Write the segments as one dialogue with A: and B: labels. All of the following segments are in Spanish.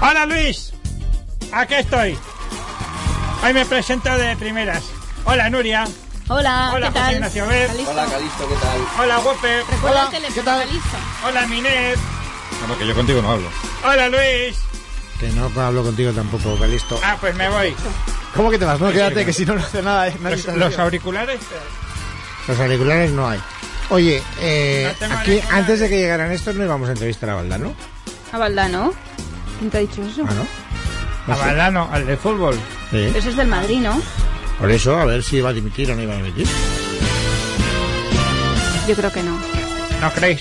A: Hola Luis, aquí estoy. Hoy me presento de primeras. Hola Nuria.
B: Hola,
A: Hola
B: ¿qué
A: José
B: tal?
A: Ignacio Ver.
B: ¿Calisto?
C: Hola, Calisto, ¿qué tal?
A: Hola Whopper.
B: Recuerda
D: Hola,
B: el teléfono,
D: ¿qué tal?
B: Calisto.
A: Hola Minet.
E: Claro, que yo contigo no hablo.
A: Hola Luis.
D: Que no hablo contigo tampoco, Calisto.
A: Ah, pues me voy.
D: ¿Cómo que te vas? No,
E: sí,
D: quédate,
E: sí.
D: que si no, no hace nada. eh. Me has
A: Los,
D: distraído.
A: los auriculares.
D: Los auriculares no hay. Oye, eh,
A: No tengo
D: aquí,
A: auriculares.
D: antes de que llegaran estos, no íbamos a entrevistar a Valda, ¿no?
B: A Valdano. ¿Quién te ha dicho eso?
D: Ah, ¿no?
A: A Balano, al de fútbol.
D: Sí.
B: Eso es del Madrid, ¿no?
D: Por eso, a ver si iba a dimitir o no iba a dimitir.
B: Yo creo que no.
A: ¿No creéis?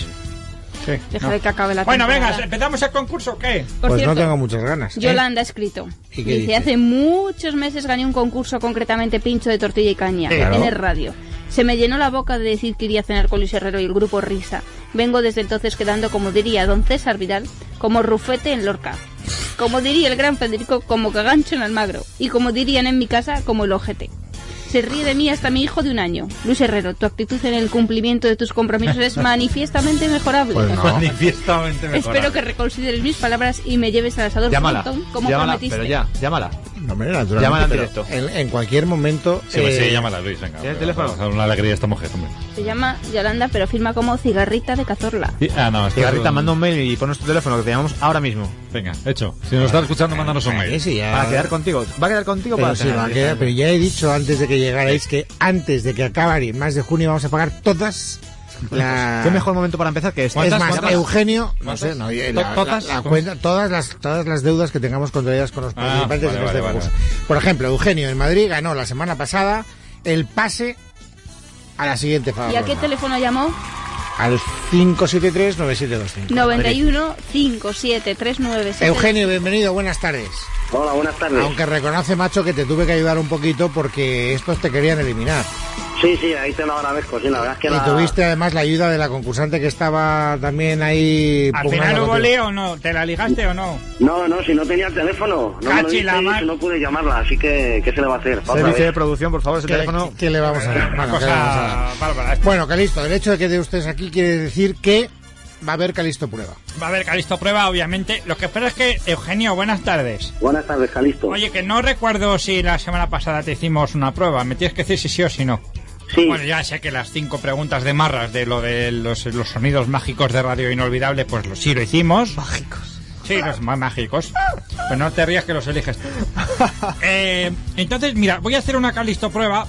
A: Sí.
B: Dejaré que acabe la
A: Bueno,
B: temporada.
A: venga, ¿empezamos el concurso o qué?
B: Por
D: pues
B: cierto,
D: no tengo muchas ganas. ¿eh?
B: Yolanda ha escrito.
D: ¿Y qué
B: dice,
D: dice?
B: hace muchos meses gané un concurso, concretamente pincho de tortilla y caña,
D: Claro.
B: en el radio. Se me llenó la boca de decir que iría a cenar con Luis Herrero y el grupo Risa. Vengo desde entonces quedando, como diría don César Vidal, como rufete en Lorca. Como diría el gran Federico, como cagancho en Almagro. Y como dirían en mi casa, como el ojete. Se ríe de mí hasta mi hijo de un año. Luis Herrero, tu actitud en el cumplimiento de tus compromisos es manifiestamente mejorable.
D: Pues no.
E: Manifiestamente
B: Espero que reconsideres mis palabras y me lleves al asador
F: Llámala,
B: Fulton, como
F: llámala,
B: prometiste.
F: pero ya, llámala.
D: No, hombre, naturalmente,
F: Llámala en
D: pero
F: directo.
D: En, en cualquier momento.
E: Sí, pues
D: eh,
E: sí, llámala, Luis, venga.
F: ¿Tiene el teléfono?
E: Vamos a dar Una alegría a esta mujer, hombre.
B: Se llama Yolanda, pero firma como cigarrita de cazorla.
E: Y- Ah, no, está...
F: Garrita, manda un mail y pon nuestro teléfono que te llamamos ahora mismo.
E: Venga, hecho. Si nos está escuchando, mándanos un
D: eh,
E: mail.
D: sí, ya-
F: Para quedar contigo. Va a quedar contigo
D: Pero,
F: para
D: sí,
F: cenar
D: va a quedar- pero
F: directamente.
D: ya he dicho antes de que llegarais que antes de que acabar el mes de junio vamos a pagar todas las...
F: Qué mejor momento para empezar que este.
D: Es
E: ¿Cuántas-
D: más,
E: cuántas?
D: Eugenio, no
E: ¿Cuántas?
D: sé, no, y
E: To-
D: la-
E: todas.
D: la- la cuenta- todas, las, todas las deudas que tengamos contraídas con los
E: Ah,
D: participantes
E: vale,
D: en
E: vale,
D: este
E: vale.
D: concurso. Por ejemplo, Eugenio en Madrid ganó la semana pasada el pase a la siguiente fase.
B: ¿Y a qué teléfono llamó?
D: Al 573-9725.
B: 91 5739
D: Eugenio, bienvenido, buenas tardes.
G: Hola, buenas tardes.
D: Aunque reconoce, macho, que te tuve que ayudar un poquito porque estos te querían eliminar.
G: Sí, sí, ahí te lo agradezco. Sí, la verdad es que
D: Y
G: la...
D: tuviste además la ayuda de la concursante que estaba también ahí.
A: ¿Al
D: pugnando
A: final hubo
D: contigo.
A: lío o no? ¿Te la ligaste o no?
G: No, no, si no tenía el teléfono. No me lo
A: Cachi la
G: disteis
A: mar.
G: y no pude llamarla, así que ¿qué se le va a hacer? Otra
F: Servicio de
G: vez.
F: producción, por favor, ese
D: ¿Qué,
F: teléfono.
D: qué le vamos a dar?
A: Una
D: Bueno, ¿qué le vamos a dar?
A: cosa bárbara. Esto-
D: Bueno, Calisto, el hecho de que de ustedes aquí quiere decir que va a haber Calisto prueba.
A: Va a haber Calisto prueba, obviamente. Lo que espero es que, Eugenio, buenas tardes.
G: Buenas tardes, Calisto.
A: Oye, que no recuerdo si la semana pasada te hicimos una prueba. Me tienes que decir si sí o si no.
G: sí,
A: Bueno, ya sé que las cinco preguntas de marras de lo de los, los sonidos mágicos de Radio Inolvidable, pues lo, sí lo hicimos. Mágicos. Sí, los más mágicos. Pues no te rías que los eliges tú. Eh, entonces, mira, voy a hacer una Calisto prueba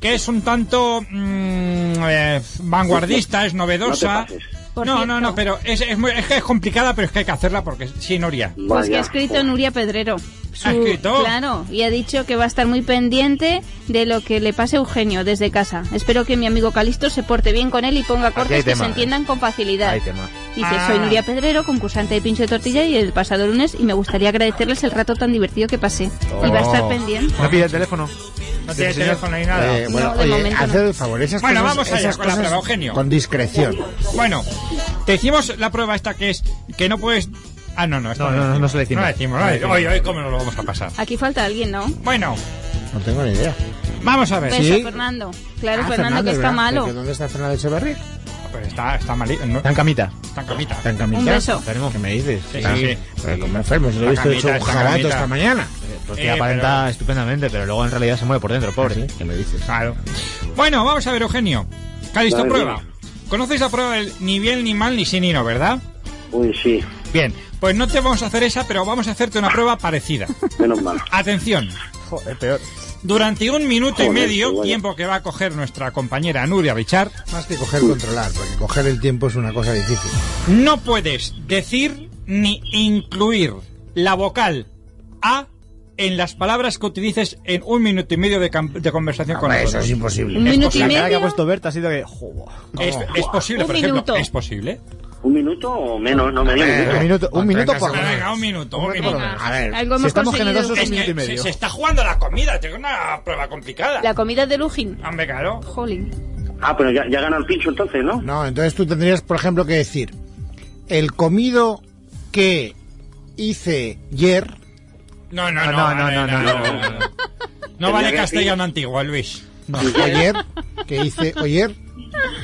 A: que es un tanto mm, eh, vanguardista, es novedosa.
G: No te pases.
B: Por
A: No, no,
B: cierto.
A: no, pero es, es, muy- es que es complicada, pero es que hay que hacerla porque sí, Nuria.
B: Pues que ha
G: Vaya.
B: escrito Nuria Pedrero. Su-
A: ¿Ha escrito?
B: Claro, y ha dicho que va a estar muy pendiente de lo que le pase a Eugenio desde casa. Espero que mi amigo Calisto se porte bien con él y ponga
F: hay
B: cortes que
F: tema,
B: se
F: ¿eh?
B: entiendan con facilidad.
F: Ahí tema.
B: Dice,
A: Ah.
B: soy Nuria Pedrero, concursante de Pincho de Tortilla y el pasado lunes y me gustaría agradecerles el rato tan divertido que pasé. Y va a estar
F: Oh.
B: pendiente.
F: No pide el teléfono.
A: No
F: Sí,
A: tiene
F: señor.
A: teléfono ni nada.
D: Eh, bueno,
B: Ah. No, de
D: oye,
B: momento no.
D: haced el favor, esas
A: Bueno,
D: cosas-
A: vamos allá
D: esas
A: con la
D: cosas
A: prueba, Eugenio.
D: Con discreción.
A: Bueno, te hicimos la prueba esta que es que no puedes. Ah, no, no, esta
F: No, no,
A: la
F: no, no se
A: decimos.
F: la
A: No
F: hicimos.
A: la decimos, no
F: No
A: la
F: la
A: decimos. Hoy, hoy, ¿cómo nos lo vamos a pasar?
B: Aquí falta alguien, ¿no?
A: Bueno,
D: No tengo ni idea.
A: vamos a ver.
B: Beso,
D: Sí.
B: Fernando. Claro,
D: Ah,
B: Fernando, que está
D: ¿verdad?
B: malo.
D: ¿Pero ¿Dónde está Fernando Echeverri?
A: Pues está, está mal. No,
F: Tan camita.
A: está camita.
D: Está en
B: Un
D: camilla.
B: beso.
D: ¿Qué me dices? Pues
A: Sí,
D: Está-
A: sí, sí.
D: Pero como enfermo, si lo he
A: Está
D: visto hecho
A: camita,
D: un
A: está
D: jarabato
A: camita.
D: esta mañana.
F: Porque
A: Eh,
F: aparenta
A: pero-
F: pues estupendamente, pero luego en realidad se muere por dentro, pobre.
D: ¿Ah, ¿Sí? ¿Qué me dices?
A: Claro. Bueno, vamos a ver, Eugenio. Calisto,
G: Dale,
A: prueba. Conoces la prueba del ni bien, ni mal, ni sin ni no, ¿verdad?
G: Uy, sí,
A: Bien, pues no te vamos a hacer esa, pero vamos a hacerte una prueba parecida.
G: menos mal.
A: Atención.
F: Joder, peor.
A: Durante un minuto y
G: Joder,
A: medio,
G: qué vaya.
A: tiempo que va a coger nuestra compañera Nuria Bichar,
D: Más que coger, controlar, porque coger el tiempo es una cosa difícil.
A: No puedes decir ni incluir la vocal A en las palabras que utilices en un minuto y medio de, cam- de conversación con
D: Hombre, eso
A: nosotros.
D: es
B: Un
D: imposible.
B: minuto y
F: Pues La cara que ha
B: medio.
F: puesto Berta ha sido que. Joder.
A: Es, es posible,
B: Un
A: por ejemplo.
B: minuto.
A: Es posible.
G: ¿Un minuto o menos? No, medio
D: Eh,
F: Un
G: minuto.
F: minuto, un minuto por
D: Venga,
A: Venga, un minuto, un
F: por lo
A: minuto.
F: menos.
D: A ver,
B: Algo
F: si
B: hemos
F: estamos
B: conseguido.
F: generosos,
A: Es
F: un minuto y
A: que se,
F: medio.
A: se está jugando la comida, tengo una prueba complicada.
B: La comida de Lujín.
A: Hombre, claro.
B: Jolín.
G: Ah, pero ya, ya gana el pincho entonces, ¿no?
D: No, entonces tú tendrías, por ejemplo, que decir, el comido que hice ayer,
A: No, no, no,
F: Ah, No, no,
A: vale,
F: no, no, no,
A: no. No vale
G: Tendría que
A: castellano antiguo, Luis.
D: ayer, que hice ayer,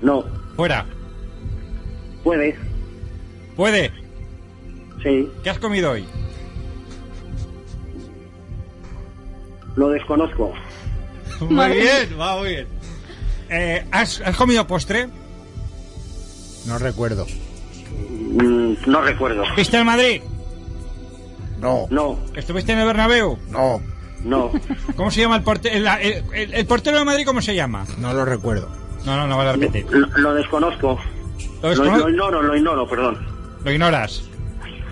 G: No.
A: Fuera.
G: Puede.
A: Puede.
G: Sí.
A: ¿Qué has comido hoy?
G: Lo desconozco.
B: Muy bien,
A: va muy bien. Eh, ¿has, has comido postre?
D: No recuerdo.
G: Mm, no recuerdo.
A: ¿Viste el Madrid?
D: No,
G: No.
A: ¿Estuviste en el Bernabéu?
D: no,
G: No.
A: ¿Cómo se llama el portero? El, el- el- el portero de Madrid cómo se llama?
D: no lo recuerdo.
A: No, no, no vale repetir.
G: Lo, lo desconozco.
A: ¿Lo,
G: Lo,
A: descono-
G: lo ignoro, lo ignoro, perdón.
A: lo ignoras.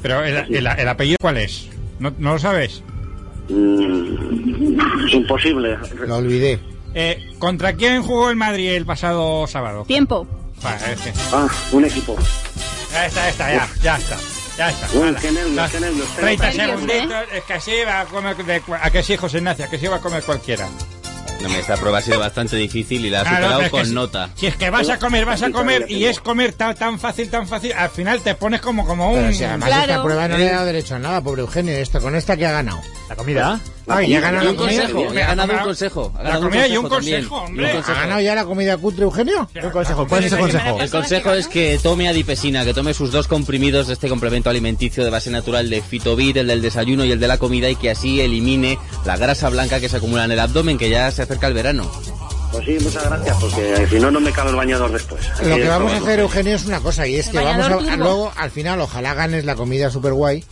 A: Pero el, el- el apellido cuál es? ¿No, no lo sabes?
G: Mm, imposible.
D: Lo olvidé.
A: Eh, ¿Contra quién jugó el Madrid el pasado sábado?
B: Tiempo.
A: Vale, es que-
G: Ah, un equipo.
A: Ya está, ya está, ya, ya está. Ya está.
G: Uy,
A: Hala.
G: qué nervios,
A: Ya.
G: qué nervios.
A: 30
B: Nervios,
A: segunditos. Es que así va a comer. De, cua- a que sí, José Ignacio, que sí va a comer cualquiera.
C: No, me esta prueba ha sido bastante difícil y la ha
A: Claro,
C: superado
A: pero es que
C: con
A: si-
C: nota.
A: Si es que vas a comer, vas a comer. Y es comer tan, tan fácil, tan fácil. Al final te pones como, como
D: Pero
A: un.
D: si además
B: Claro.
D: esta prueba no le ha dado derecho a nada, pobre Eugenio. Esta, con esta que ha ganado.
F: La comida.
D: Ay, ya ha ganado
C: Y
D: la
C: un
D: comida.
C: consejo,
A: Mira,
C: ha ganado
A: mira,
C: un consejo. Ha
A: la
C: ganado
A: comida y un
C: también.
A: consejo,
C: Y un
A: hombre.
D: ¿Ha
C: consejo.
D: ganado ya la comida cutre, Eugenio? Pues
F: Un consejo, ¿cuál es ese consejo?
C: El consejo es que tome adipesina, que tome sus dos comprimidos de este complemento alimenticio de base natural de Fitovir, el del desayuno y el de la comida, y que así elimine la grasa blanca que se acumula en el abdomen, que ya se acerca el verano.
G: Pues sí, muchas gracias, porque eh, si no, no me cabe el bañador después.
D: Lo
G: Aquí
D: que
G: es
D: vamos a
G: todo.
D: hacer, Eugenio, es una cosa, y es
B: El
D: que vamos
B: bañador
D: a, a
B: turbo.
D: luego, al final, ojalá ganes la comida super guay,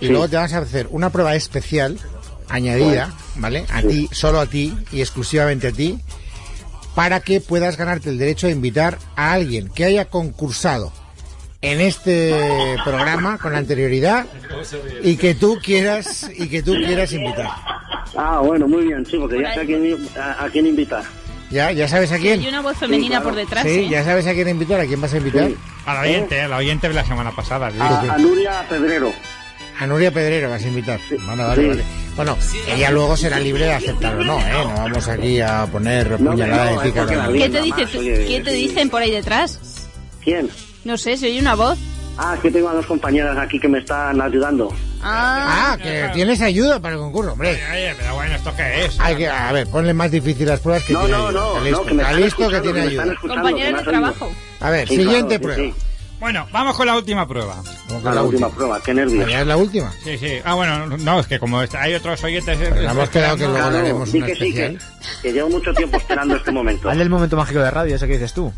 D: y luego te vamos a hacer una prueba especial, añadida, ¿vale? A ti, solo a ti, y exclusivamente a ti, para que puedas ganarte el derecho de invitar a alguien que haya concursado en este programa con anterioridad y que tú quieras y que tú quieras invitar.
G: Ah, bueno, muy bien, sí, porque
B: Por
G: ya
B: ahí.
G: sé a quién, a, a quién invitar.
D: Ya, ya sabes a
B: Y
D: quién.
B: una voz femenina
G: Sí,
B: por
G: claro.
B: detrás.
D: Sí,
B: ¿eh?
D: ya sabes a quién invitar, a quién vas a invitar.
G: Sí.
A: A la oyente, a la oyente de la semana pasada.
D: Ah.
A: Luis.
G: A, a Nuria Pedrero.
D: A Nuria Pedrero vas a invitar. Bueno, vale,
G: Sí.
D: vale. Bueno, ella luego será libre de aceptarlo, no, ¿eh? No vamos aquí a poner
G: No,
D: puñalada
G: no,
D: de
G: es
D: pica.
G: porque la
D: ¿no?
G: vi.
B: ¿Qué te,
G: Venga,
B: dice,
G: más, oye,
B: ¿Qué te
G: sí.
B: dicen por ahí detrás?
G: ¿Quién?
B: No sé, se oye una voz.
G: Ah, que tengo a dos compañeras aquí que me están ayudando.
B: Ah,
D: Ah, que tienes ayuda para el concurso, hombre.
A: Oye, oye, pero bueno, ¿esto qué es?
D: Hay que, a ver, ponle más difícil las pruebas que
G: No,
D: tiene
G: no,
D: ayuda.
G: no,
D: Está
G: no,
D: listo,
G: que me
D: está
G: están
D: listo que
G: escuchando,
D: tiene
G: que me están
D: ayuda.
G: escuchando. que me
B: compañeros de
G: has
B: trabajo.
G: oído.
D: A ver,
G: Sí,
D: siguiente
G: claro, sí,
D: prueba.
G: sí.
A: Bueno, vamos con la última prueba.
D: Como que
G: Ah,
D: la última.
G: prueba, qué nervios.
D: Ah, ya es la última.
A: Sí, sí. Ah, bueno, no, es que como está- hay otros oyentes. eh,
D: Pero hemos quedado que luego
G: Claro,
D: le haremos
G: di
D: una
G: que sí, que,
D: especial.
G: que llevo mucho tiempo esperando este momento.
F: Haz del momento mágico de radio, eso que dices tú.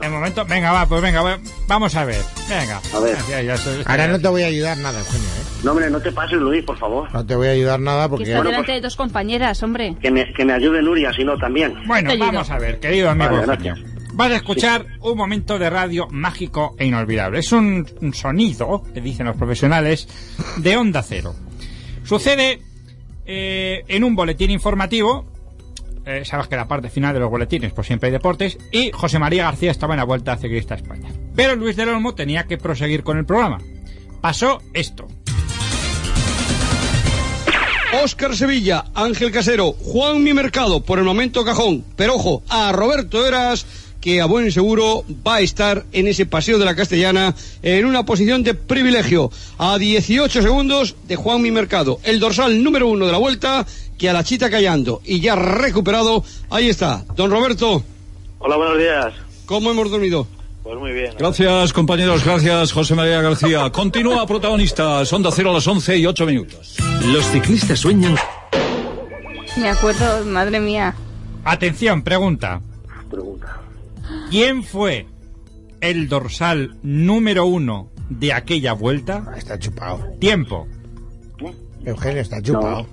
A: El momento. Venga, va, pues venga, va, vamos a ver. Venga.
G: A ver.
A: Ya, ya estoy-
D: Ahora no te voy a ayudar nada, Eugenio, ¿eh?
G: No, hombre, no te pases, Luis, por favor.
D: No te voy a ayudar nada
B: que
D: porque...
B: está
G: Bueno,
B: delante
G: pues-
B: de dos compañeras, hombre.
G: Que me, que me ayude Nuria, si no, también.
A: Bueno,
B: Te ayudo.
A: vamos a ver, querido amigo
G: Vale,
A: Eugenio. Vas a escuchar un momento de radio mágico e inolvidable. Es un, un sonido, que dicen los profesionales, de onda cero. Sucede eh, en un boletín informativo. eh, sabes que la parte final de los boletines, pues siempre hay deportes. Y José María García estaba en la vuelta ciclista a España. Pero Luis del Olmo tenía que proseguir con el programa. Pasó esto.
H: Óscar Sevilla, Ángel Casero, Juan Mi Mercado, por el momento cajón. Pero ojo, a Roberto Eras, que a buen seguro va a estar en ese paseo de la Castellana en una posición de privilegio. A 18 segundos de Juan Mi Mercado, el dorsal número uno de la vuelta, que a la chita callando. Y ya recuperado, ahí está. Don Roberto,
G: Hola, buenos días.
H: ¿cómo hemos dormido?
G: Pues muy bien.
E: Gracias, compañeros. Gracias, José María García. Continúa, protagonistas. Onda cero a las 11 y 8 minutos.
I: Los ciclistas sueñan
B: Me acuerdo, madre mía.
A: Atención, pregunta.
G: Pregunta.
A: ¿Quién fue el dorsal número uno de aquella vuelta?
D: Está chupado.
A: Tiempo.
D: Eugenio está
G: No.
D: chupado.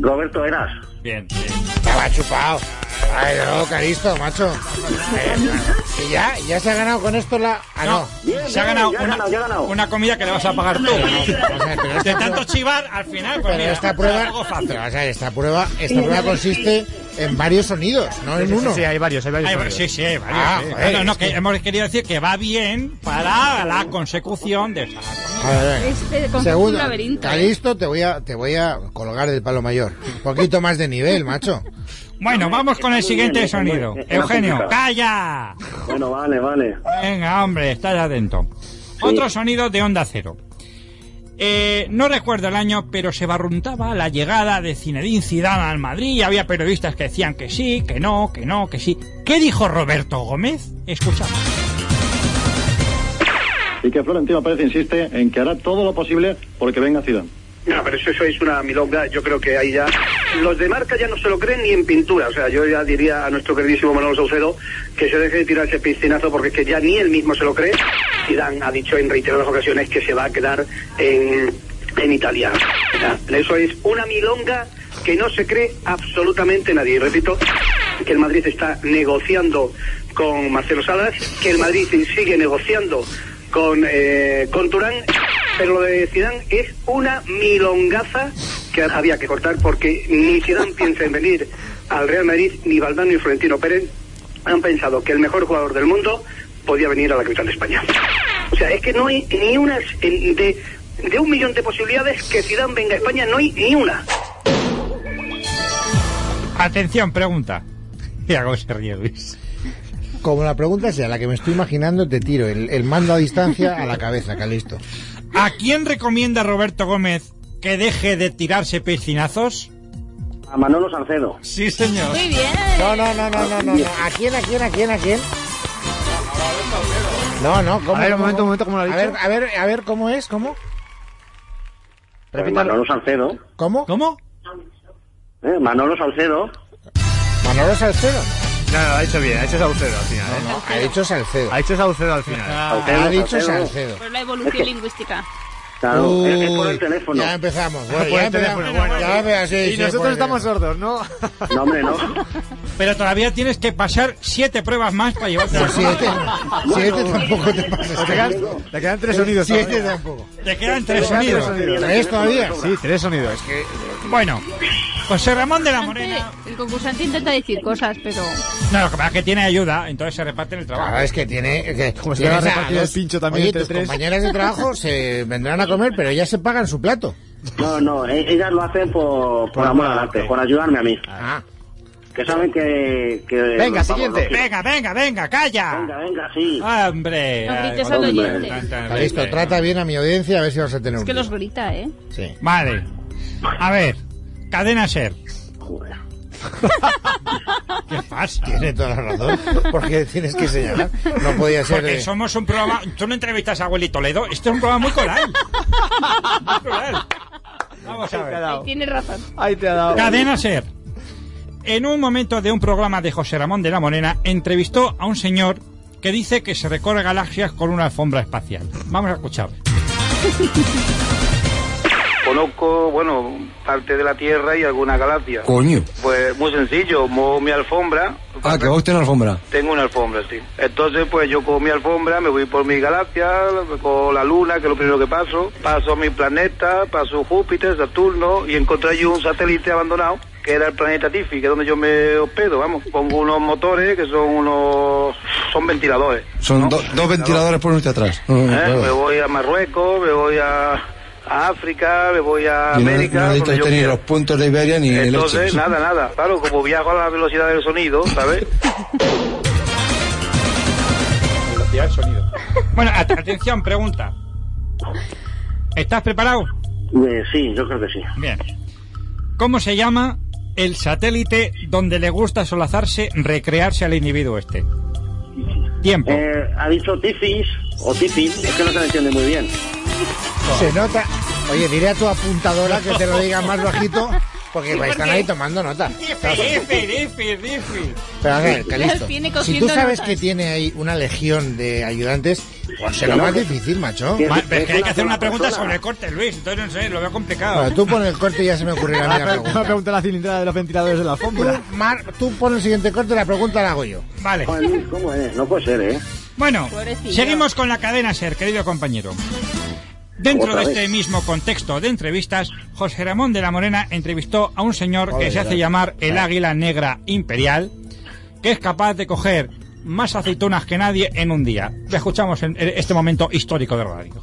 G: Roberto Eras.
A: Bien, bien.
D: Estaba chupado. Ay, no, caristo, macho. Eh, Y ya, ya se ha ganado con esto la. Ah, no.
G: Bien,
A: se ha
G: bien,
A: ganado,
G: ya ha
A: una,
G: ganado, ya ha ganado.
A: una comida que le vas a pagar tú.
D: Vamos a ver, pero
A: De
D: esta
A: tanto
D: prueba,
A: chivar, al final, pues
D: pero
A: mira,
D: esta
A: algo
D: prueba,
A: fácil.
D: pero vamos a ver, esta prueba, esta prueba consiste en varios sonidos, no en
F: Sí,
D: uno.
F: Sí, hay varios, hay varios.
A: Ay, bueno,
F: sonidos.
A: sí, sí, hay varios,
D: Ah,
A: sí.
D: joder,
A: No, no,
D: es
A: que
D: que-
A: hemos querido decir que va bien para la consecución de esa-
D: A ver,
B: Este concepto es un
D: Segundo,
B: laberinto. ¿eh?
D: Calisto, te voy a te voy a colgar del palo mayor. Un poquito más de nivel, macho.
A: Bueno, vamos con el siguiente sonido. Eugenio, calla.
G: Bueno, vale, vale.
A: Venga, hombre, estás atento. Otro sonido de onda cero. Eh, no recuerdo el año, pero se barruntaba la llegada de Zinedine Zidane al Madrid y había periodistas que decían que sí, que no, que no, que sí. ¿Qué dijo Roberto Gómez? Escuchamos.
I: y que Florentino Pérez insiste en que hará todo lo posible porque venga Zidane.
G: No, pero eso, eso es una milonga, yo creo que ahí ya... Los de marca ya no se lo creen ni en pintura, o sea, yo ya diría a nuestro queridísimo Manolo Saucedo que se deje de tirar ese piscinazo porque es que ya ni él mismo se lo cree. Zidane ha dicho en reiteradas ocasiones que se va a quedar en, en Italia. Eso es una milonga que no se cree absolutamente nadie. Y Repito que el Madrid está negociando con Marcelo Salas, que el Madrid sigue negociando con, eh, con Turán, pero lo de Zidane es una milongaza que había que cortar porque ni Zidane piensa en venir al Real Madrid, ni Valdano ni Florentino Pérez han pensado que el mejor jugador del mundo podía venir a la capital de España. O sea, es que no hay ni una eh, de, de un millón de posibilidades que Zidane venga a España, no hay ni una.
A: Atención, pregunta. Mira cómo se ríe Luis.
D: Como la pregunta sea la que me estoy imaginando, te tiro el, el mando a distancia a la cabeza, Calisto.
A: ¿A quién recomienda Roberto Gómez que deje de tirarse piscinazos?
G: A Manolo Salcedo.
A: Sí, señor.
B: Muy bien.
D: No, no, no, no, no, no. no. ¿A quién, a quién, a quién, a quién? No, no, ¿cómo?
F: A ver, un
D: cómo,
F: momento,
D: cómo?
F: un momento, ¿cómo lo
D: A
F: ha dicho?
D: ver, a ver, a ver, ¿cómo es? ¿Cómo?
F: Repítalo.
G: Salcedo.
D: ¿Cómo?
A: ¿Cómo?
G: Eh, Manolo Salcedo.
D: ¿Manolo Salcedo?
F: No, no, ha hecho bien, ha hecho Saucedo al final. ¿eh?
D: No, ha dicho Salcedo.
F: Ha hecho Saucedo al final.
A: Ah,
D: Ha dicho Salcedo.
B: Por la evolución lingüística.
G: Claro, es, es por
D: Uy,
G: el teléfono.
D: Ya empezamos. Bueno,
F: Por
D: ya
F: el teléfono,
D: empezamos.
F: bueno.
D: Ya empezamos, sí,
F: Y
D: sí, por
F: nosotros
D: el
F: estamos
D: teléfono.
F: sordos, ¿no?
G: No, hombre, no.
A: Pero todavía tienes que pasar siete pruebas más para llevarte
D: Pues
A: la
D: siete, siete tampoco te pases.
F: Le quedan, le quedan tres sonidos.
D: Siete
F: todavía.
D: tampoco.
A: Te quedan tres
F: Te quedan
A: sonidos.
D: ¿Tres todavía?
F: Sí, tres sonidos. que
A: Bueno, José Ramón de la Morena.
B: El concursante intenta decir cosas, pero
A: No, lo que pasa es que tiene ayuda, entonces se reparten el
D: Claro,
A: trabajo.
D: es que tiene. Que,
F: Como
D: tienes
F: se le va a repartir
D: a
F: el pincho también
D: Oye,
F: entre
D: tus
F: tres.
D: compañeras de trabajo se vendrán a comer, pero ya se pagan su plato.
I: No, no, e- ellas lo hacen por, por, amor al arte, por ayudarme a mí.
D: Ah,
I: Que saben que... que
F: Venga,
I: vamos,
F: siguiente.
I: no-
A: Venga, venga, venga, calla.
I: Venga, venga, sí.
A: Ah, Hombre.
B: No
A: ah,
B: grites
A: con-
B: al
I: oyente.
A: tan, tan,
D: está listo.
A: tan.
D: Trata bien a mi audiencia a ver si vamos a tener
B: es
D: un.
B: que los
D: lío.
B: grita, ¿eh?
D: Sí.
A: Vale. A ver, cadena ser.
G: Eh,
I: Joder.
A: ¿Qué pasa?
D: Tiene toda la razón. Porque tienes que señalar. No podía ser.
A: Porque
D: eh,
A: somos un programa. Tú no entrevistas a Willy Toledo. Esto es un programa muy coral. Muy coral. Vamos a
F: Ahí te ha
A: ver.
B: Ahí
F: dado.
B: tiene razón.
F: Ahí te ha dado.
A: Cadena Ser. En un momento de un programa de José Ramón de la Morena, entrevistó a un señor que dice que se recorre galaxias con una alfombra espacial. Vamos a escuchar.
G: Conozco, bueno, parte de la Tierra y alguna galaxia.
E: Coño.
G: Pues muy sencillo, muevo mi alfombra.
E: Ah, que vos tenés alfombra.
G: Tengo una alfombra, sí. Entonces, pues yo con mi alfombra me voy por mi galaxia, con la luna, que es lo primero que paso. Paso a mi planeta, paso Júpiter, Saturno, y encontré yo un satélite abandonado, que era el planeta Tifi, que es donde yo me hospedo, vamos. Pongo unos motores que son unos... son ventiladores.
E: Son
G: ¿no?
E: do- dos ventiladores por uno atrás. No, no,
G: ¿Eh?
E: claro.
G: Me voy a Marruecos, me voy a, a África, me voy a
E: Y no-
G: América.
E: no
G: donde
E: necesitas
G: yo
E: ni
G: quiera.
E: los puntos de Iberia ni el
G: Entonces,
E: leche.
G: nada, nada. Claro, como viajo a la velocidad del sonido, ¿sabes?
A: Bueno, at- atención, pregunta. ¿Estás preparado?
I: Eh, sí, yo creo que sí.
A: Bien. ¿Cómo se llama el satélite donde le gusta solazarse, recrearse al individuo este? Tiempo.
I: Eh, ha dicho Tifis o Tifis, es que no se me entiende muy bien.
D: Se nota. Oye, diré a tu apuntadora que te lo diga más bajito. Porque
A: porque-
D: están ahí tomando nota.
I: eh,
A: Difi, difi, difi.
D: Pero a ver, Calisto,
B: Las viene
D: si
B: cogiendo
D: tú sabes
B: notas.
D: que tiene ahí una legión de ayudantes, pues será
I: Que no,
D: más
I: que-
D: difícil, macho.
I: que-
A: Ma- pero es que hay que
I: una
A: hacer
I: sola
A: una pregunta
I: persona.
A: sobre corte, Luis. Entonces, no sé, lo veo complicado.
D: Bueno, tú pon el corte y ya se me ocurrirá a mí la
F: Me ha
D: pregunta.
F: preguntado la cilindrada de los ventiladores de la alfombra.
D: Tú, Mar, tú pon el siguiente corte y la pregunta la hago yo.
A: Vale.
I: Joder, ¿Cómo es? No puede ser, ¿eh?
A: Bueno,
B: Pobrecillo.
A: seguimos con la cadena SER, querido compañero. Dentro
J: Otra
A: de
J: vez.
A: este mismo contexto de entrevistas, José Ramón de la Morena entrevistó a un señor que se hace llamar el
D: Ah.
A: águila negra imperial, que es capaz de coger más aceitunas que nadie en un día. Lo escuchamos en en este momento histórico de radio.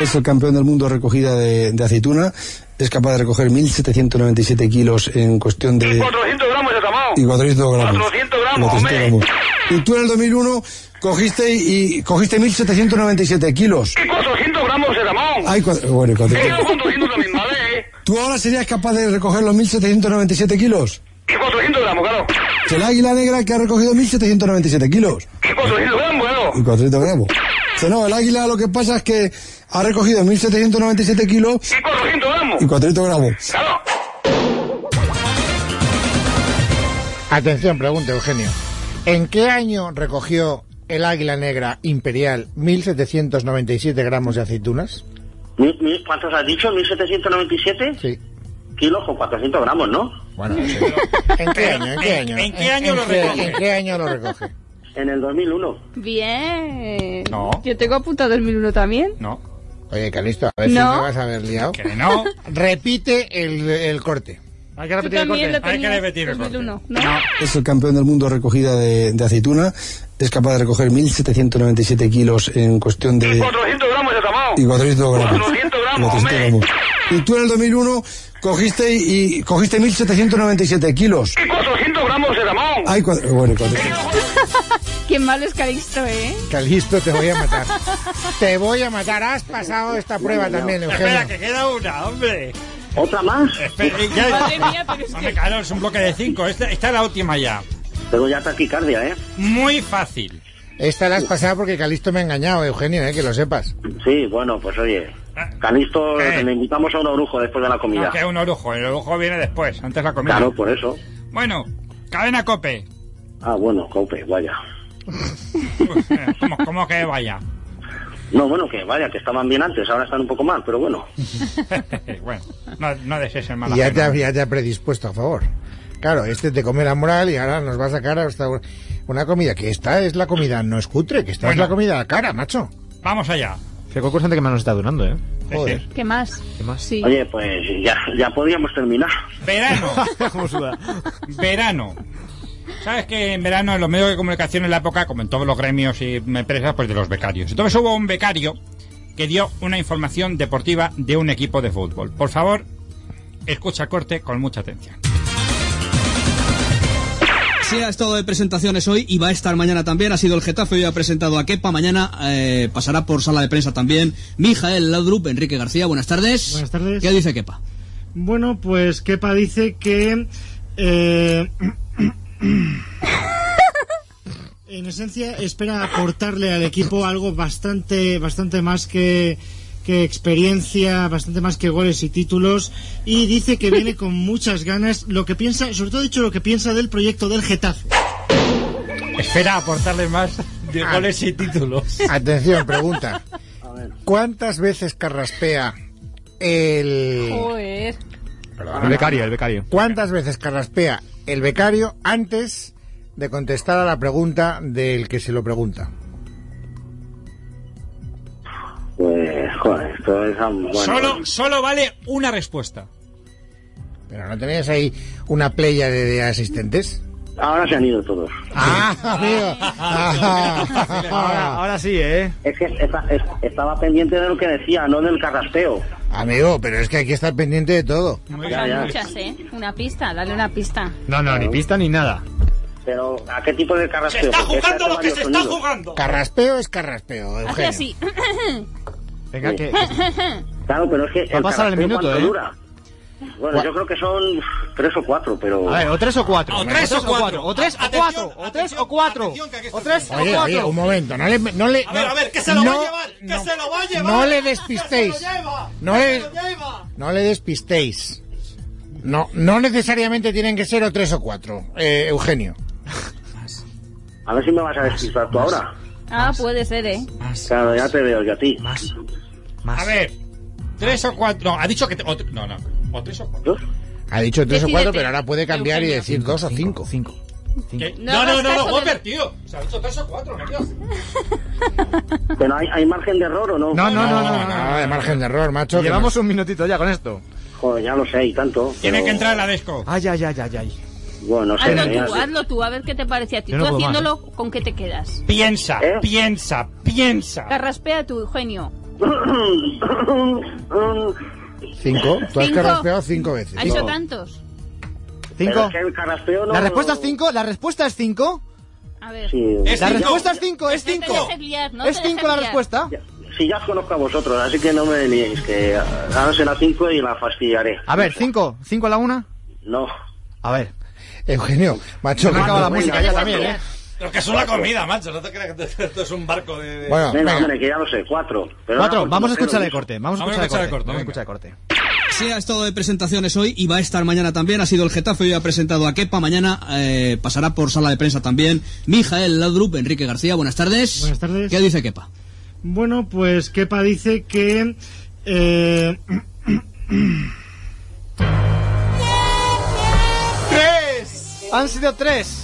K: Es el campeón del mundo recogida de, de aceituna. Es capaz de recoger 1.797 kilos en cuestión de...
L: 400 gramos de tamao.
K: Y 400 gramos.
L: 400 gramos,
K: 400
L: hombre.
K: gramos. Y tú en el 2001 cogiste y cogiste 1.797 kilos.
L: Y 400 gramos de tamao.
K: Ay, cua- bueno, y 400.
L: Sigo conduciendo también, ¿vale?
K: ¿Tú ahora serías capaz de recoger los 1.797 kilos?
L: Y 400 gramos, claro.
K: El águila negra que ha recogido 1.797 kilos.
L: Y 400 gramos, claro.
K: y 400 gramos. Dice, no, el águila lo que pasa es que ha recogido 1.797 kilos
L: Y 400 gramos.
K: y 400 gramos.
L: Claro.
D: Atención, pregunta, Eugenio. ¿En qué año recogió el águila negra imperial 1797 gramos de aceitunas?
J: Mil- mil- ¿Cuántos has dicho? ¿1797?
D: Sí.
J: Kilos con 400 gramos, ¿no?
D: Bueno, ¿En qué año? ¿En qué año?
J: ¿En qué año lo
D: qué-
J: recoge?
D: ¿En qué año lo recoge?
J: En el 2001.
B: Bien.
D: No.
B: Yo tengo apuntado el 2001 también.
A: No.
D: Oye, Calisto, a ver si
B: No.
D: me vas a haber liado.
A: Que no.
D: Repite el, el corte. Hay que
B: Tú también lo tenías, 2001, ¿no?
K: Es el campeón del mundo recogida de, de aceituna. Es capaz de recoger 1.797 kilos en cuestión de...
L: 400 gramos de tamao.
K: Y 400 gramos.
L: 400 gramos,
K: 400
L: hombre.
K: gramos. Y tú en el 2001 cogiste y cogiste 1.797 kilos.
L: Y 400 gramos de tamao.
K: Ay, cua- bueno, y 400.
B: Qué mal es Calixto, ¿eh?
D: Calisto, te voy a matar. Te voy a matar. Has pasado esta prueba también,
A: Espera,
D: Eugenio.
A: que queda una, hombre.
J: ¿Otra más?
A: Espera, y ya-
J: Madre mía, pero es
A: Hombre, claro, es un bloque de cinco. Esta, esta es la última ya.
J: Tengo ya taquicardia, ¿eh?
A: Muy fácil.
D: Esta la has pasado porque Calisto me ha engañado, Eugenio, eh, que lo sepas.
J: Sí, bueno, pues oye. Calisto, le invitamos a un orujo después de la comida.
A: No, que es un orujo. El orujo viene después, antes la comida.
J: Claro, por eso.
A: Bueno, cadena cope.
J: Ah, bueno, cope, vaya.
A: eh, ¿Cómo, cómo que vaya?
J: No, bueno, que vaya, que estaban bien antes, ahora están un poco mal, pero bueno.
A: bueno, no, no desees el mal.
D: Y ya te,
A: ajeno.
D: ha- ya te ha predispuesto a favor. Claro, este te come la moral y ahora nos va a sacar hasta un- una comida. Que esta es la comida, no es cutre, que esta
A: Bueno.
D: es la comida cara, macho.
A: Vamos allá.
F: Qué concursante que más nos está durando, ¿eh?
D: Joder.
B: ¿Qué más? ¿Qué más? Sí.
J: Oye, pues ya, ya podríamos terminar.
A: Verano. verano. Sabes que en verano en los medios de comunicación en la época, como en todos los gremios y empresas, pues de los becarios. Entonces hubo un becario que dio una información deportiva de un equipo de fútbol. Por favor, escucha el corte con mucha atención.
M: Sí, ha estado de presentaciones hoy y va a estar mañana también. Ha sido el Getafe, hoy ha presentado a Kepa. Mañana eh, pasará por sala de prensa también Mijael Laudrup, Enrique García. Buenas tardes.
N: Buenas tardes.
M: ¿Qué dice Kepa?
N: Bueno, pues Kepa dice que. eh, en esencia, espera aportarle al equipo algo bastante, bastante más que, que experiencia, bastante más que goles y títulos. Y dice que viene con muchas ganas. Lo que piensa, sobre todo, ha dicho lo que piensa del proyecto del Getafe.
A: Espera aportarle más de
D: Ah.
A: goles y títulos.
D: Atención, pregunta. ¿Cuántas veces carraspea el...
B: Joder.
F: El becario, el becario.
D: ¿Cuántas veces carraspea el becario antes de contestar a la pregunta del que se lo pregunta?
J: Pues, joder, esto es... am- Bueno,
A: Solo, solo vale una respuesta.
D: Pero no tenías ahí una playa de, de asistentes.
J: Ahora se han ido todos.
D: Ah, amigo.
N: Ah.
J: Ahora-
D: sí, ¿eh?
J: Es que esta- es- estaba pendiente de lo que decía, no del carraspeo.
D: Amigo, pero es que hay que estar pendiente de todo.
J: Ya,
B: Son
J: ya.
B: muchas, ¿eh? Una pista, dale una pista.
D: No, no, ni pista ni nada.
J: Pero, ¿a qué tipo de carraspeo? Porque este hace varios sonidos.
D: Carraspeo es carraspeo,
B: Hace
D: Eugenio.
B: así.
D: Venga, que-
J: Claro, pero es que...
D: Va a pasar el
J: carraspeo,
D: minuto,
J: ¿cuánto
D: ¿eh?
J: dura? Bueno, yo creo que son tres o cuatro, pero...
F: A ver, o tres o cuatro.
J: Ah, o
F: Venga,
J: tres o cuatro.
F: O tres o cuatro. O tres o cuatro. O tres o
D: Oye,
F: cuatro.
D: oye, un momento, no le... No le
F: A ver, a ver,
D: ¿qué
F: que se lo va a
D: llevar, que se lo va a llevar. No le despistéis. No le, no le despistéis. No, no necesariamente tienen que ser o tres o cuatro, eh, Eugenio.
J: A ver si me vas a despistar tú ahora.
B: Ah, puede ser, ¿eh?
J: Claro, ya te veo yo a ti. Más.
A: A ver, tres o cuatro. No, ha dicho que. te- o tre- no, no. O tres o cuatro.
D: Ha dicho tres o
A: Decídete,
D: cuatro, pero ahora puede cambiar y
A: Eugenio.
D: decir dos o cinco. Cinco.
A: No, no, no, no,
B: hagas caso
A: Whopper, tío. Se ha dicho 3 o 4,
J: Pero hay, hay margen de error o no?
D: No, no, no, no, no, nada de margen de error, macho. que
J: Llevamos
D: nos-
J: un minutito ya con esto. Joder, ya lo sé, y tanto.
A: Tiene
J: pero-
A: que entrar la desco.
D: Ah.
F: Ay, ay, ay, ay, ay.
J: Bueno, no sé.
B: hazlo
J: ya-
B: tú, hazlo tú, a ver qué te parece a ti.
A: Yo no
B: tú
A: puedo más,
B: haciéndolo, ¿con qué te quedas?
A: Piensa, piensa, piensa.
B: Carraspea tu Eugenio.
D: Cinco. Tú has
B: Cinco.
D: carraspeado cinco veces.
B: ¿Ha hecho tantos?
J: Pero
F: Cinco.
J: es que el carraspeo no-
F: ¿La respuesta es cinco? ¿La respuesta es cinco?
B: A ver.
J: Es
F: la
J: cinco.
F: respuesta es cinco, es
B: No te
F: cinco.
B: dejes liar, no
F: es
B: te dejes
F: cinco la
B: liar.
F: respuesta.
J: Si ya os conozco a vosotros, así que no me liéis, que ah, ahora será cinco y la fastidiaré.
F: A ver, cinco. ¿Cinco a la una?
J: No.
F: A ver.
D: Eugenio, macho.
F: Se me acaba la música ya
J: Venga,
F: también,
J: venga.
F: ¿eh?
A: Lo que es una comida, macho. No te creas que te- esto es un barco de. de-
J: venga, hombre, que ya lo sé, cuatro. Pero
F: Cuatro,
J: no,
F: vamos a
J: pero
F: escuchar el
J: no.
F: corte. Vamos a escuchar el corte. Vamos a escuchar el corte.
M: Sí, ha estado de presentaciones hoy y va a estar mañana también. Ha sido el Getafe, hoy ha presentado a Kepa. Mañana eh, pasará por sala de prensa también Mijael Laudrup, Enrique García. Buenas tardes.
N: Buenas tardes.
M: ¿Qué dice Kepa?
N: Bueno, pues Kepa dice que... eh,
F: ¡Tres! Han sido tres.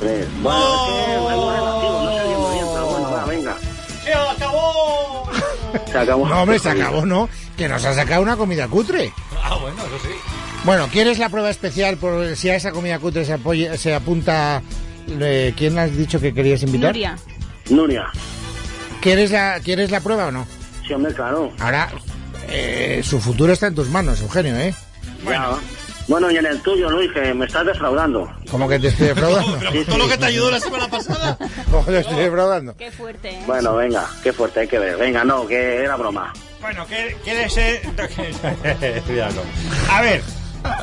J: Tres. Bueno, es que es algo relativo, no se oye muy bien, pero bueno, va, venga.
A: ¡Se ¡Eh, acabó!
J: Se acabó.
D: No, hombre, se acabó, ¿no? Que nos ha sacado una comida cutre.
A: Ah, bueno, eso sí.
D: Bueno, ¿quieres la prueba especial por si a esa comida cutre se, apoye- se apunta... eh, ¿Quién has dicho que querías invitar?
B: Nuria.
J: Nuria,
D: ¿Quieres la, ¿Quieres la prueba o no?
J: sí, hombre, claro.
D: Ahora, eh, su futuro está en tus manos, Eugenio, ¿eh?
J: Bueno. Bueno, y en el tuyo, Luis, que me estás defraudando.
D: Como que te estoy defraudando.
J: Sí, sí.
A: semana pasada.
D: Como que te estoy defraudando.
B: Qué fuerte, ¿eh?
J: Bueno, venga, qué fuerte hay que ver. Venga, no, que era broma.
A: Bueno, ¿qué- ¿quieres ser.? Cuidado. A ver.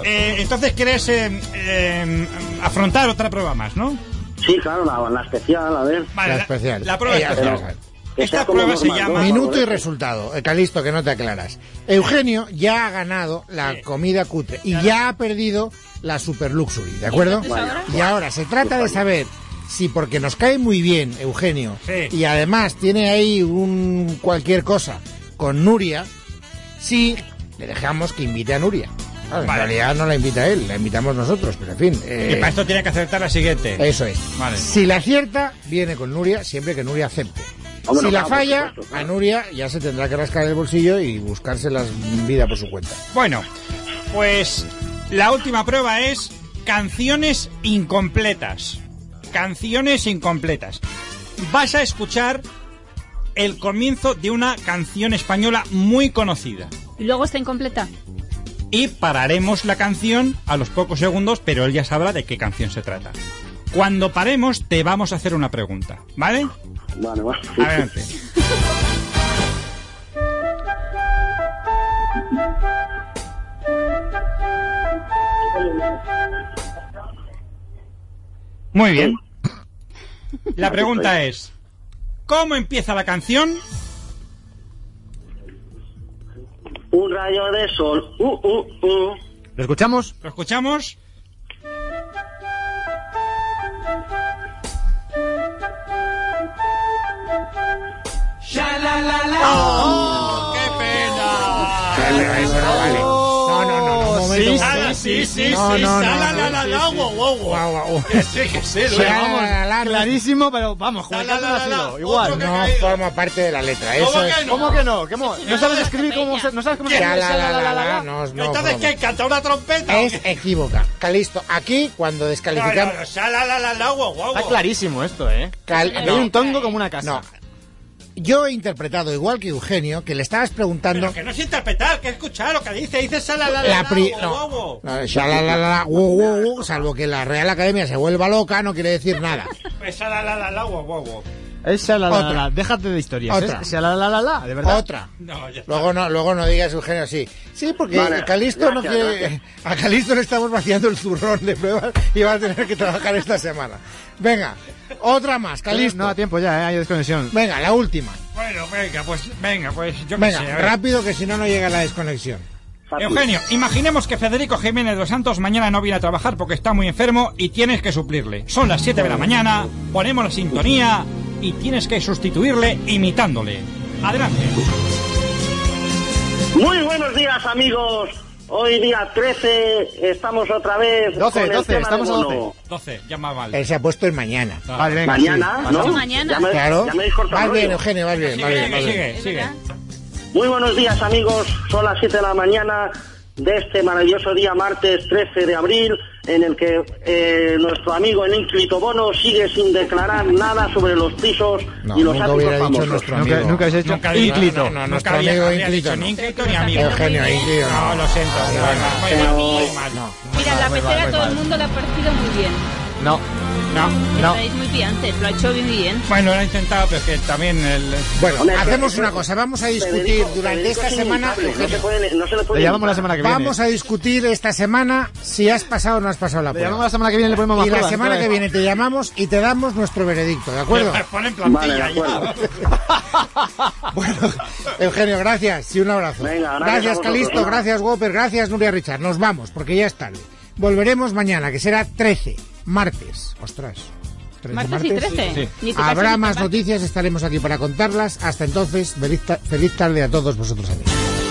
A: eh, entonces quieres eh, eh, afrontar otra prueba más, ¿no?
J: Sí, claro, la, la especial, a ver.
A: Vale,
D: la especial.
A: la prueba
D: Ella
A: especial.
D: sabe.
J: Que sea
A: Esta
J: como
A: prueba se
J: normal,
A: llama.
J: ¿no?
D: Minuto y resultado. Eh, Calisto, que no te aclaras. Eugenio ya ha ganado la comida cutre y ya ha perdido la super luxury, ¿de acuerdo?
B: entonces ahora?
D: Y ahora se trata de saber si porque nos cae muy bien Eugenio
A: Sí.
D: y además tiene ahí un cualquier cosa con Nuria, si le dejamos que invite a Nuria. Claro, En
A: Vale.
D: realidad no la invita él, la invitamos nosotros, pero en fin. eh,
A: Y para esto tiene que acertar la siguiente.
D: eso es.
A: Vale.
D: Si la acierta, viene con Nuria siempre que Nuria acepte.
J: Hombre,
D: si la
J: no, claro, por
D: falla,
J: supuesto, claro.
D: a Nuria ya se tendrá que rascar el bolsillo y buscarse las vida por su cuenta.
A: Bueno, pues la última prueba es canciones incompletas. Canciones incompletas. Vas a escuchar el comienzo de una canción española muy conocida.
B: Y luego está incompleta.
A: Y pararemos la canción a los pocos segundos, pero él ya sabrá de qué canción se trata. Cuando paremos, te vamos a hacer una pregunta, ¿vale?
J: Vale, vale.
A: Adelante. Muy bien. La pregunta es, ¿cómo empieza la canción?
J: Un rayo de sol. Uh, uh, uh.
F: ¿Lo escuchamos?
A: ¿Lo escuchamos? ¡Oh, ¡Qué pena!
D: No, no, no, no, un momento.
A: Sí,
D: un momento.
A: sí, sí,
D: No,
A: sí,
D: no, no,
A: sala,
D: no,
A: la, la,
D: sí,
A: la, guau,
D: sí,
A: guau, guau.
D: Guau, guau.
A: Que sí, que sí,
D: Sí,
A: lo
D: vamos,
A: vamos.
F: Clarísimo, pero vamos, Juan
A: La, la,
F: Carlos
A: la,
F: ha
A: la,
F: sido
A: la,
F: Igual.
A: otro
D: No forma parte de la letra. Eso es.
F: ¿Cómo que no? ¿Cómo? ¿No sabes escribir cómo se- no sabes cómo se
D: Ya,
F: escribe?
D: la, la, la, la, la,
F: la.
D: no, no
A: Entonces,
D: forma.
A: ¿qué? ¿Canta una trompeta?
D: Es equívoca. Calisto, aquí cuando
A: No, no,
D: descalificamos.
A: no, sala, la, la, la, guau, guau,
F: Está
A: guau.
F: clarísimo esto, ¿eh?
D: Cal-
F: Hay
D: no.
F: un tongo como una casa.
D: No. Yo he interpretado, igual que Eugenio, que le estabas preguntando.
A: Pero que no es interpretar, que es escuchar lo que dice. Dice sala, la, la,
D: La
A: la,
D: pri-
A: guau,
D: no.
A: guau, guau.
D: No, shalalala, wow, wow, wow, salvo que la Real Academia se vuelva loca, no quiere decir nada.
A: Pues sala, la, la, la, guau, guau, guau.
F: Es shalalala.
D: Otra.
F: Déjate de historias. ¿eh?
D: Otra.
F: Es shalalala, de verdad.
D: Otra.
A: No, ya está.
D: Luego no, luego no digas Eugenio así. Sí, porque
J: Vale,
D: Calisto no
J: gracias,
D: quiere-
J: gracias.
D: a Calisto le estamos vaciando el zurrón de pruebas y va a tener que trabajar esta semana. Venga, otra más, Calisto.
F: No da tiempo ya, ¿eh? Hay desconexión.
D: Venga, la última.
A: Bueno, venga, pues, venga, pues, yo qué
D: Venga,
A: sé, a ver.
D: rápido que si no no llega la desconexión.
J: Fácil.
A: Eugenio, imaginemos que Federico Jiménez de los Santos mañana no viene a trabajar porque está muy enfermo y tienes que suplirle. Son las 7 de la mañana, ponemos la sintonía y tienes que sustituirle imitándole. Adelante.
J: Muy buenos días, amigos. Hoy día 13 estamos otra vez.
D: 12,
J: con el
D: 12,
J: tema
D: estamos
J: de
D: a
J: Bono.
D: 12.
A: 12, llama mal.
D: Él se ha puesto el mañana. Vale, venga,
J: Mañana,
D: sí.
J: ¿no?
D: Sí.
J: Mañana. Ya me-
D: claro.
J: ya me habéis cortado
D: Vas
J: el
D: bien,
J: rollo.
D: Eugenio, vas bien, vas bien. vas bien.
J: Muy buenos días, amigos. Son las 7 de la mañana de este maravilloso día, martes 13 de abril, en el que eh, nuestro amigo el ínclito Bono sigue sin declarar nada sobre los pisos
D: No,
J: y los
D: nunca
J: áticos
D: hubiera dicho
J: famosos.
D: nuestro amigo. Nunca, has hecho
A: Nunca diga- no,
D: ínclito.
A: no,
D: No,
A: nunca
D: nuestro
A: había-
D: amigo
A: había
D: ínclito.
A: dicho ni ínclito ni amigo.
D: Eugenio, ínclito.
A: No, lo siento. Muy mal, muy mal, muy mal.
B: Mira, la
A: Muy mal,
B: pecera a
A: muy
B: todo el
A: mal.
B: mundo le ha parecido muy bien.
A: No, no, no.
B: Estáis muy piantes, lo ha hecho bien bien.
A: Bueno, lo he intentado, pero es que también el...
D: Bueno, hacemos una cosa, vamos a discutir
J: Federico-
D: durante
J: Federico
D: esta
J: es
D: semana.
J: inimitable, no se puede- no se le puede
D: Le
J: imitar.
D: Vamos a discutir esta semana si has pasado o no has pasado la prueba.
F: llamamos la semana que viene, le ponemos más
D: Y la
F: pruebas,
D: semana que
F: entonces.
D: viene te llamamos y te damos nuestro veredicto, ¿de acuerdo?
A: Ponen
J: Vale, de
A: plantilla
J: acuerdo.
A: ya.
D: Eugenio, gracias y un abrazo.
J: Venga, gracias a
D: gracias,
J: vosotros,
D: Calisto,
J: venga.
D: gracias, Whopper, gracias, Nuria Richard. Nos vamos, porque ya es tarde. Volveremos mañana, que será 13, martes. Ostras. 13
B: Martes y 13. Sí. Ni tu casa, ni
D: Habrá
B: tu
D: más
B: pan.
D: noticias, estaremos aquí para contarlas. Hasta entonces, feliz, ta- feliz tarde a todos vosotros amigos.